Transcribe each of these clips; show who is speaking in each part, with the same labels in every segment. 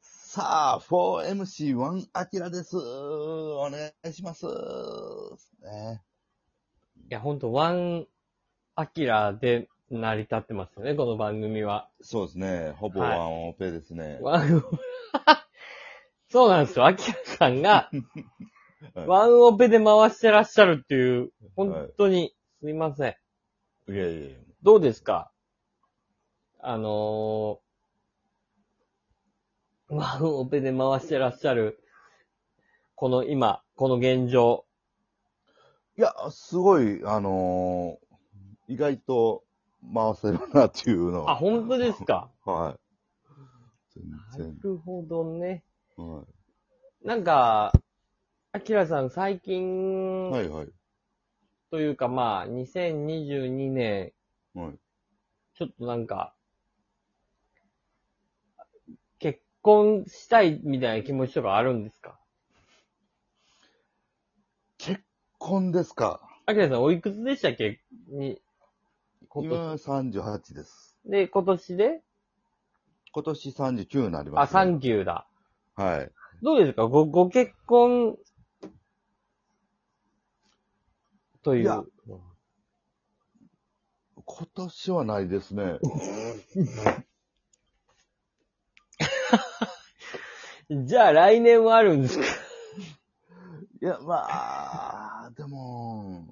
Speaker 1: さあ、4MC1 アキラです。お願いします。ね。
Speaker 2: いや、ほんと、ワン、アキラで成り立ってますよね、この番組は。
Speaker 1: そうですね。ほぼ
Speaker 2: はい
Speaker 1: ワンオペですね。
Speaker 2: ワン、 そうなんですよ。アキラさんが、
Speaker 1: はい
Speaker 2: ワンオペで回してらっしゃるっていう、
Speaker 1: は
Speaker 2: 本
Speaker 1: い
Speaker 2: 当に、すいません。
Speaker 1: いやいや
Speaker 2: どうですかあのー、ワンオペで回してらっしゃる、この今、この現状。
Speaker 1: いや、すごい、あのー意外と回せるなっていうの
Speaker 2: あ、
Speaker 1: は。
Speaker 2: 本当ですか
Speaker 1: はい。
Speaker 2: な
Speaker 1: 全
Speaker 2: るほどね。
Speaker 1: 然。は
Speaker 2: なんか、アキラさん最近、
Speaker 1: い。はいはい。
Speaker 2: というかまあ、2022年、
Speaker 1: はい。
Speaker 2: ちょっとなんか、結婚したいみたいな気持ちとかあるんですか
Speaker 1: 結婚ですか
Speaker 2: アキラさんおいくつでしたっけに、今年。
Speaker 1: 今38です。
Speaker 2: で、今年で
Speaker 1: 今年39になり
Speaker 2: あ、
Speaker 1: ます、ね。
Speaker 2: 39だ。
Speaker 1: あ、3。はい。
Speaker 2: どうですかご、ご結婚、とい
Speaker 1: いや
Speaker 2: う。
Speaker 1: 今年はないですね。
Speaker 2: じゃあ来年はあるんですか
Speaker 1: いや、まあ、でも、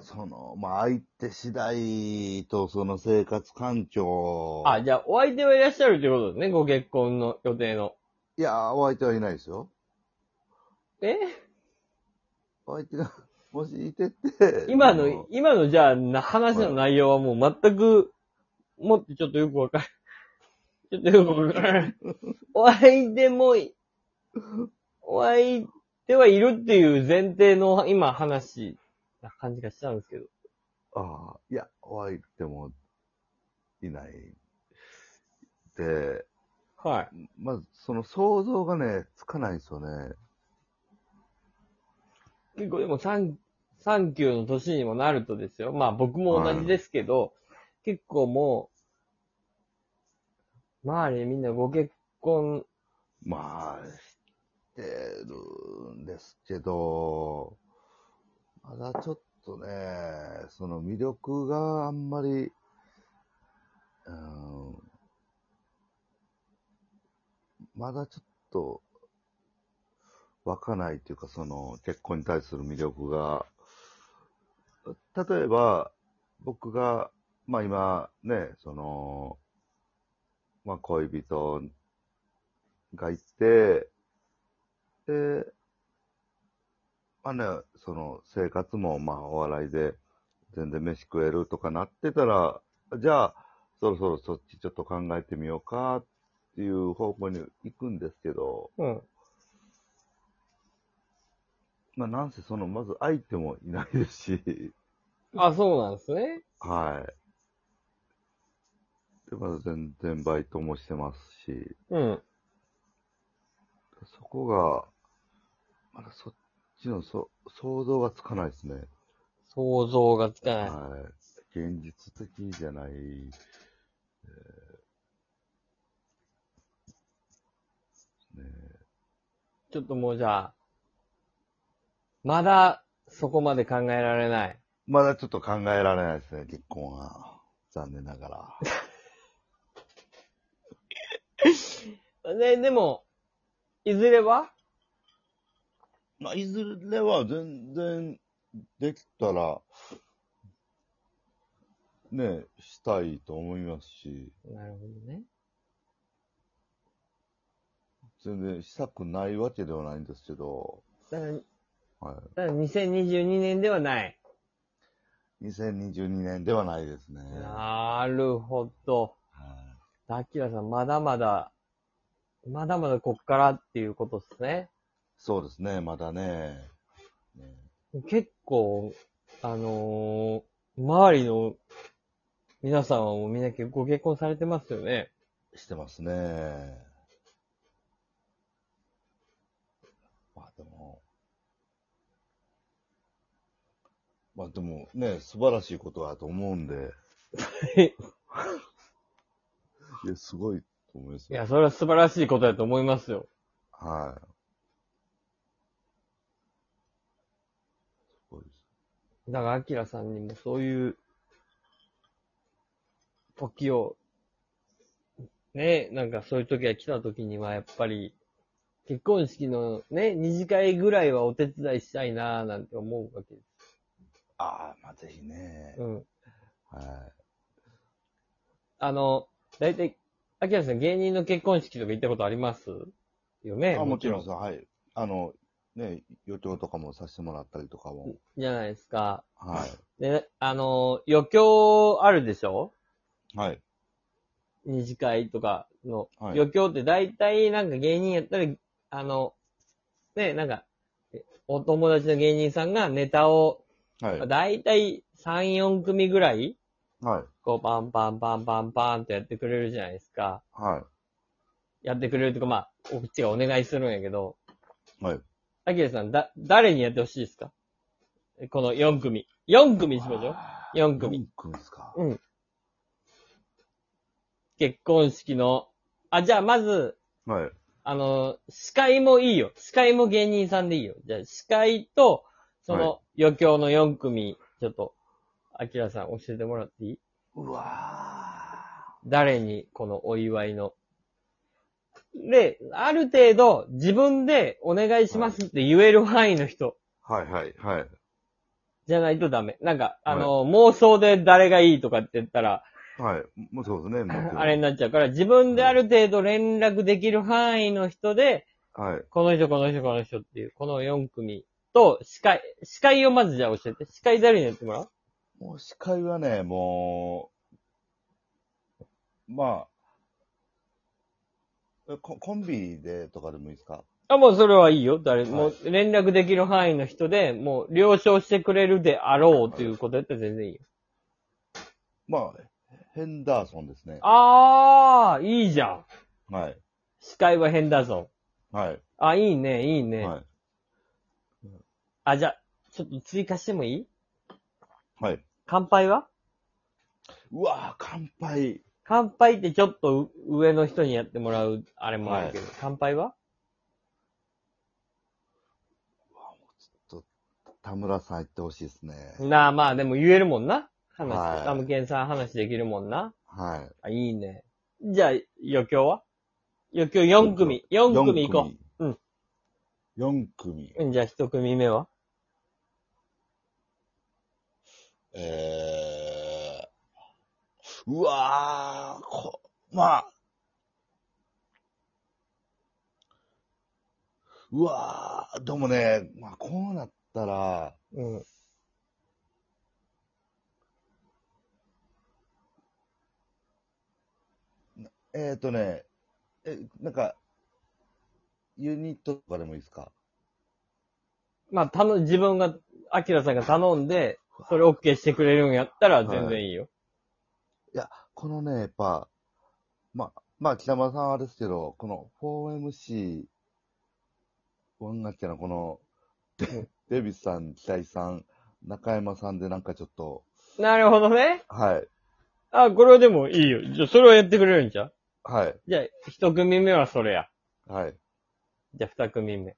Speaker 1: その、まあ、相手次第と、その生活環境。
Speaker 2: あ、じゃあお相手はいらっしゃるということですね。ご結婚の予定の。
Speaker 1: いや、お相手はいないですよ。
Speaker 2: え
Speaker 1: お相手が、 もしいてて。
Speaker 2: 今
Speaker 1: あ
Speaker 2: の、今のじゃあ、な話の内容はもう全く、もってちょっとよくわかる。ちょっとよくわから ない。お相手もい、お相手はいるっていう前提の今話な感じがしたんですけど。
Speaker 1: ああ、いや、お相手も、いない。で、
Speaker 2: はい。
Speaker 1: まず、その想像がね、つかないんですよね。
Speaker 2: 結構でも三、三級の年にもなるとですよ。まあ僕も同じですけど、結構もう、周りみんなご結婚、
Speaker 1: まあ、してるんですけど、まだちょっとね、その魅力があんまり、うん、まだちょっと、湧かないというか、その結婚に対する魅力が、例えば、僕が、まあ今ね、その、まあ恋人がいて、で、まあね、その生活もまあお笑いで全然飯食えるとかなってたら、じゃあそろそろそっちちょっと考えてみようかっていう方向に行くんですけど、
Speaker 2: うん。
Speaker 1: まあなんせそのまず相手もいないですし、
Speaker 2: あ、そうなんですね。
Speaker 1: はい。で、まだ全然バイトもしてますし、
Speaker 2: うん。
Speaker 1: そこが、まだそっちのそ想像がつかないですね。
Speaker 2: 想像がつかない。
Speaker 1: はい。現実的じゃない。えーね
Speaker 2: ちょっともうじゃあ、まだそこまで考えられない。
Speaker 1: まだちょっと考えられないですね、結婚は。残念ながら。
Speaker 2: で、でも、いずれは
Speaker 1: まあ、いずれは全然できたら、ね、したいと思いますし、
Speaker 2: なるほどね。
Speaker 1: 全然したくないわけではないんですけど、
Speaker 2: だから、だ
Speaker 1: は
Speaker 2: から2022年ではない。
Speaker 1: い、2022年ではないですね。は
Speaker 2: なるほど。アキラさん、まだまだ、まだまだこっからっていうことですね。
Speaker 1: い、そうですね、まだね。ね
Speaker 2: 結構、あのー周りの皆さんはもうみんな結構ご結婚されてますよね。
Speaker 1: してますね。まあでも、まあでもね、素晴らしいことだと思うんで、 いや、すごいと思います
Speaker 2: い
Speaker 1: よ。
Speaker 2: や、それは素晴らしいことだと思いますよ。
Speaker 1: はい。すごいです。
Speaker 2: だから、アキラさんにもそういう、時を、ね、なんかそういう時が来た時には、やっぱり、結婚式のね、二次会ぐらいはお手伝いしたいなぁ、なんて思うわけで
Speaker 1: ああ、まあ、ぜひね
Speaker 2: す。。うん。
Speaker 1: は
Speaker 2: あの、だいたい、アキラさん芸人の結婚式とか行ったことありますよ
Speaker 1: い。
Speaker 2: ね
Speaker 1: あもちろんです。はい。あの、ね、余興とかもさせてもらったりとかも。
Speaker 2: じゃないですか。
Speaker 1: は
Speaker 2: で、あの、余興あるでしょ
Speaker 1: い。はい。
Speaker 2: 二次会とかの。
Speaker 1: はい
Speaker 2: 余興って大体なんか芸人やったら、あの、ね、なんか、えお友達の芸人さんがネタを、
Speaker 1: はい。
Speaker 2: まあ大体3、4組ぐらい、
Speaker 1: はい。
Speaker 2: こうパンパンパンパンパンとやってくれるじゃないですか。
Speaker 1: は
Speaker 2: やってくれるとか、まあ、こっちがお願いするんやけど、
Speaker 1: い。はい。
Speaker 2: アキラさん、だ、誰にやってほしいですかこの4組。4組にしましょう。
Speaker 1: あー
Speaker 2: 四組
Speaker 1: 四組ですか。
Speaker 2: うん。結婚式の。あ、じゃあまず、
Speaker 1: はい。
Speaker 2: あの、司会もいいよ。司会も芸人さんでいいよ。じゃあ、司会と、その余興の4組、ちょっと、アキラさん教えてもらっていいう
Speaker 1: わ
Speaker 2: 誰に、このお祝いの。で、ある程度、自分でお願いしますって言える範囲の人
Speaker 1: ーはいはいはい。
Speaker 2: じゃないとダメ。なんか、あの、妄想で誰がいいとかって言ったら、
Speaker 1: はい。もうそうですね。もちろん
Speaker 2: あれになっちゃうから、自分である程度連絡できる範囲の人で、
Speaker 1: はい。
Speaker 2: この人、この人、この人っていう、この4組と、司会、司会をまずじゃあ教えて。司会誰にやってもらう
Speaker 1: もう司会はね、もう、まあ、えココンビでとかでもいいですか
Speaker 2: あ、もうそれはいいよ。誰、
Speaker 1: い
Speaker 2: もう連絡できる範囲の人で、もう了承してくれるであろうということやったら全然いいよ。
Speaker 1: まあ、ヘンダーソンですね。
Speaker 2: あー、いいじゃん。
Speaker 1: はい。
Speaker 2: 司会はヘンダーソン。
Speaker 1: はい。
Speaker 2: あ、いいね、いいね。
Speaker 1: はい。
Speaker 2: あ、じゃあ、ちょっと追加してもいい
Speaker 1: はい。
Speaker 2: 乾杯は
Speaker 1: うわぁ、乾杯。
Speaker 2: 乾杯ってちょっとう上の人にやってもらう、あれもあるけど。乾杯は
Speaker 1: 田村さん行ってほしいですね。
Speaker 2: なあ、まあでも言えるもんな。話、
Speaker 1: はい
Speaker 2: ラムケンさん話できるもんな。
Speaker 1: は
Speaker 2: あ、いいね。じゃあ、余興は余興4組。
Speaker 1: い。
Speaker 2: 4組行こううん
Speaker 1: う。4組。
Speaker 2: う。うん、じゃあ1組目は
Speaker 1: えー、うわー、こ、まあ、うわー、でもね、まあ、こうなったら、
Speaker 2: うん。
Speaker 1: えっ、ー、とね、え、なんか、ユニットとかでもいいですか
Speaker 2: まあ、頼む、自分が、アキラさんが頼んで、それ OK してくれるんやったら全然いいよ。
Speaker 1: このね、やっぱ、まあ、まあ、北村さんはあれですけど、この 4MC、ワンガッキャのこの、デデビスさん、北井さん、中山さんでなんかちょっと、
Speaker 2: なるほどね。
Speaker 1: はい。
Speaker 2: あ、これはでもいいよ。じゃあ、それはやってくれるんじゃう
Speaker 1: はい。
Speaker 2: じゃあ、1組目はそれや。
Speaker 1: はい。
Speaker 2: じゃあ、2組目。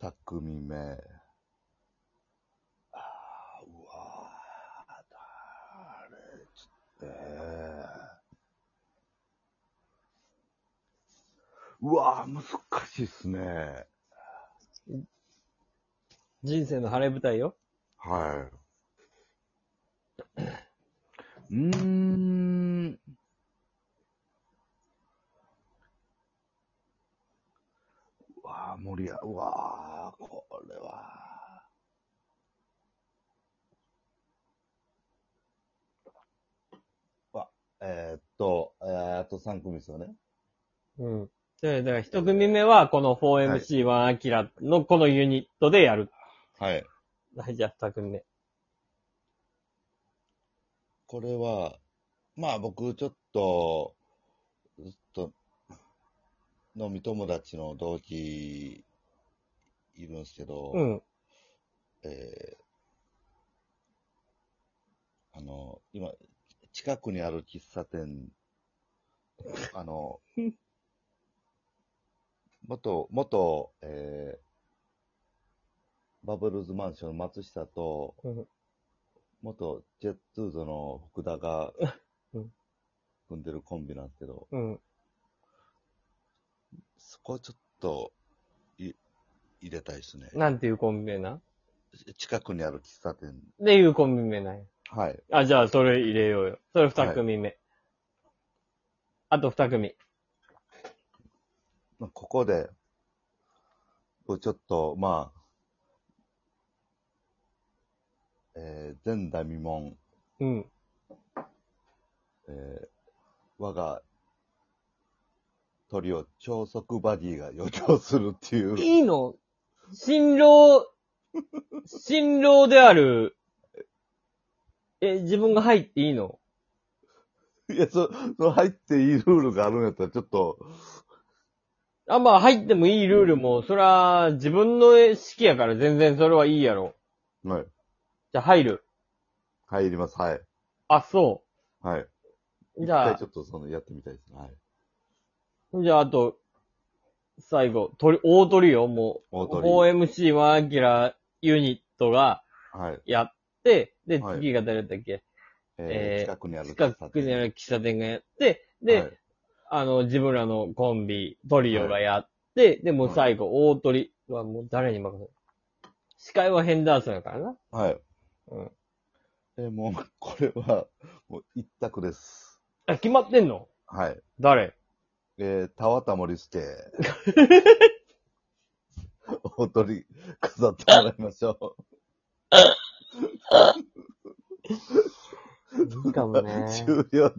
Speaker 1: 二組目。あーうわー、誰、ちょっと、えーうわー、難しいっすね。
Speaker 2: 人生の晴れ舞台よ。
Speaker 1: はい。うーん。うわあ、森や、うわあ、これは。うわ、えーっと、えー、あと3組ですよね。
Speaker 2: うん。で、だから1組目は、この 4MC1 アキラのこのユニットでやる。
Speaker 1: はい。
Speaker 2: はい、じゃあ、2組目。
Speaker 1: これは、まあ僕ちょっと、ずっと、飲み友達の同期いるんですけど、
Speaker 2: うん。
Speaker 1: えーあの、今、近くにある喫茶店あ の、元、元、えー、バブルズマンションの松下と、
Speaker 2: うん
Speaker 1: 元ジェッツーズの福田が
Speaker 2: うん、
Speaker 1: 組んでるコンビなんですけど、
Speaker 2: うん。
Speaker 1: そこはちょっと、い、入れたいですね。
Speaker 2: なんていうコンビ名な
Speaker 1: 近くにある喫茶店。
Speaker 2: でいうコンビ名なんや。
Speaker 1: はい。
Speaker 2: あ、じゃあそれ入れようよ。それ二組目。あと二組。
Speaker 1: まあここで、こうちょっと、まあ、えー、前代未聞、
Speaker 2: うん。
Speaker 1: えー、我が鳥を超速バディが予兆するっていう、
Speaker 2: いいの 新郎、新郎である、え、自分が入っていいの
Speaker 1: いや、そ、その入っていいルールがあるんやったら、ちょっと、
Speaker 2: あ、まあ入ってもいいルールも、そら、自分の式やから全然それはいいやろ。
Speaker 1: はい、
Speaker 2: じゃあ入る。
Speaker 1: 入ります。はい。
Speaker 2: あ、そ
Speaker 1: はい。
Speaker 2: う。じゃ
Speaker 1: 一回
Speaker 2: あ
Speaker 1: ちょ、っとその、やってみたいですね。はい。
Speaker 2: じゃああと、最後、鳥、大鳥よ、もう。
Speaker 1: 大鳥
Speaker 2: 4MC はアキラユニットが
Speaker 1: はい。
Speaker 2: やって、で、
Speaker 1: はい
Speaker 2: 次が誰だっけ、
Speaker 1: えー
Speaker 2: えー
Speaker 1: 近くにある
Speaker 2: 近くにある喫茶店がやって、で、
Speaker 1: はい
Speaker 2: あの、自分らのコンビ、トリオがやって、で、もう最後、大鳥はもう誰に任せる司会はヘンダーソンやからな。
Speaker 1: はい。
Speaker 2: うん。
Speaker 1: え、もう、 これは、もう一択です。
Speaker 2: あ、決まってんの
Speaker 1: はい。
Speaker 2: 誰
Speaker 1: えー、田畑森 助。おとり、飾ってもらいましょ
Speaker 2: いいかも
Speaker 1: う。終了です。